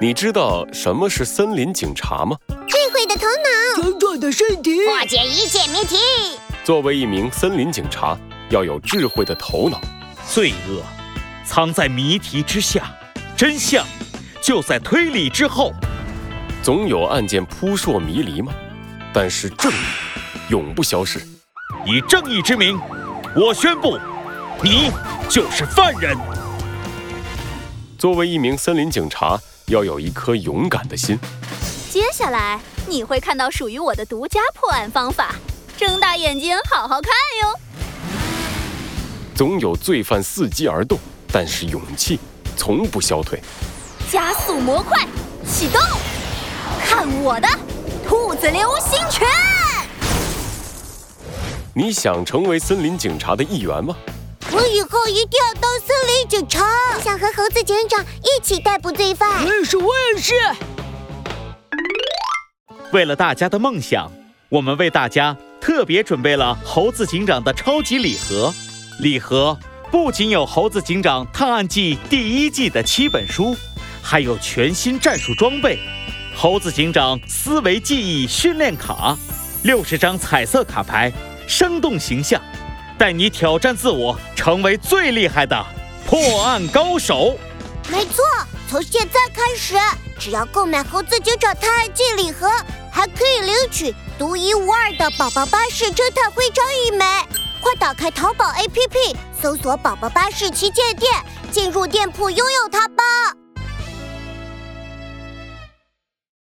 你知道什么是森林警察吗？智慧的头脑，强壮的身体，破解一切谜题。作为一名森林警察，要有智慧的头脑。罪恶藏在谜题之下，真相就在推理之后。总有案件扑朔迷离吗？但是正义永不消逝。以正义之名，我宣布，你就是犯人。作为一名森林警察，要有一颗勇敢的心。接下来你会看到属于我的独家破案方法，睁大眼睛好好看哟。总有罪犯伺机而动，但是勇气从不消退。加速模块启动，看我的兔子流星拳！你想成为森林警察的一员吗？我以后一定要当森林警察，我想和猴子警长一起逮捕罪犯。我也是，我也是。为了大家的梦想，我们为大家特别准备了猴子警长的超级礼盒。礼盒不仅有《猴子警长探案记》第一季的七本书，还有全新战术装备——猴子警长思维记忆训练卡，六十张彩色卡牌，生动形象，带你挑战自我，成为最厉害的破案高手。没错，从现在开始，只要购买《猴子警长探案记》礼盒，还可以领取独一无二的宝宝巴士侦探徽章一枚。快打开淘宝 APP，搜索“宝宝巴士旗舰店”，进入店铺拥有它吧。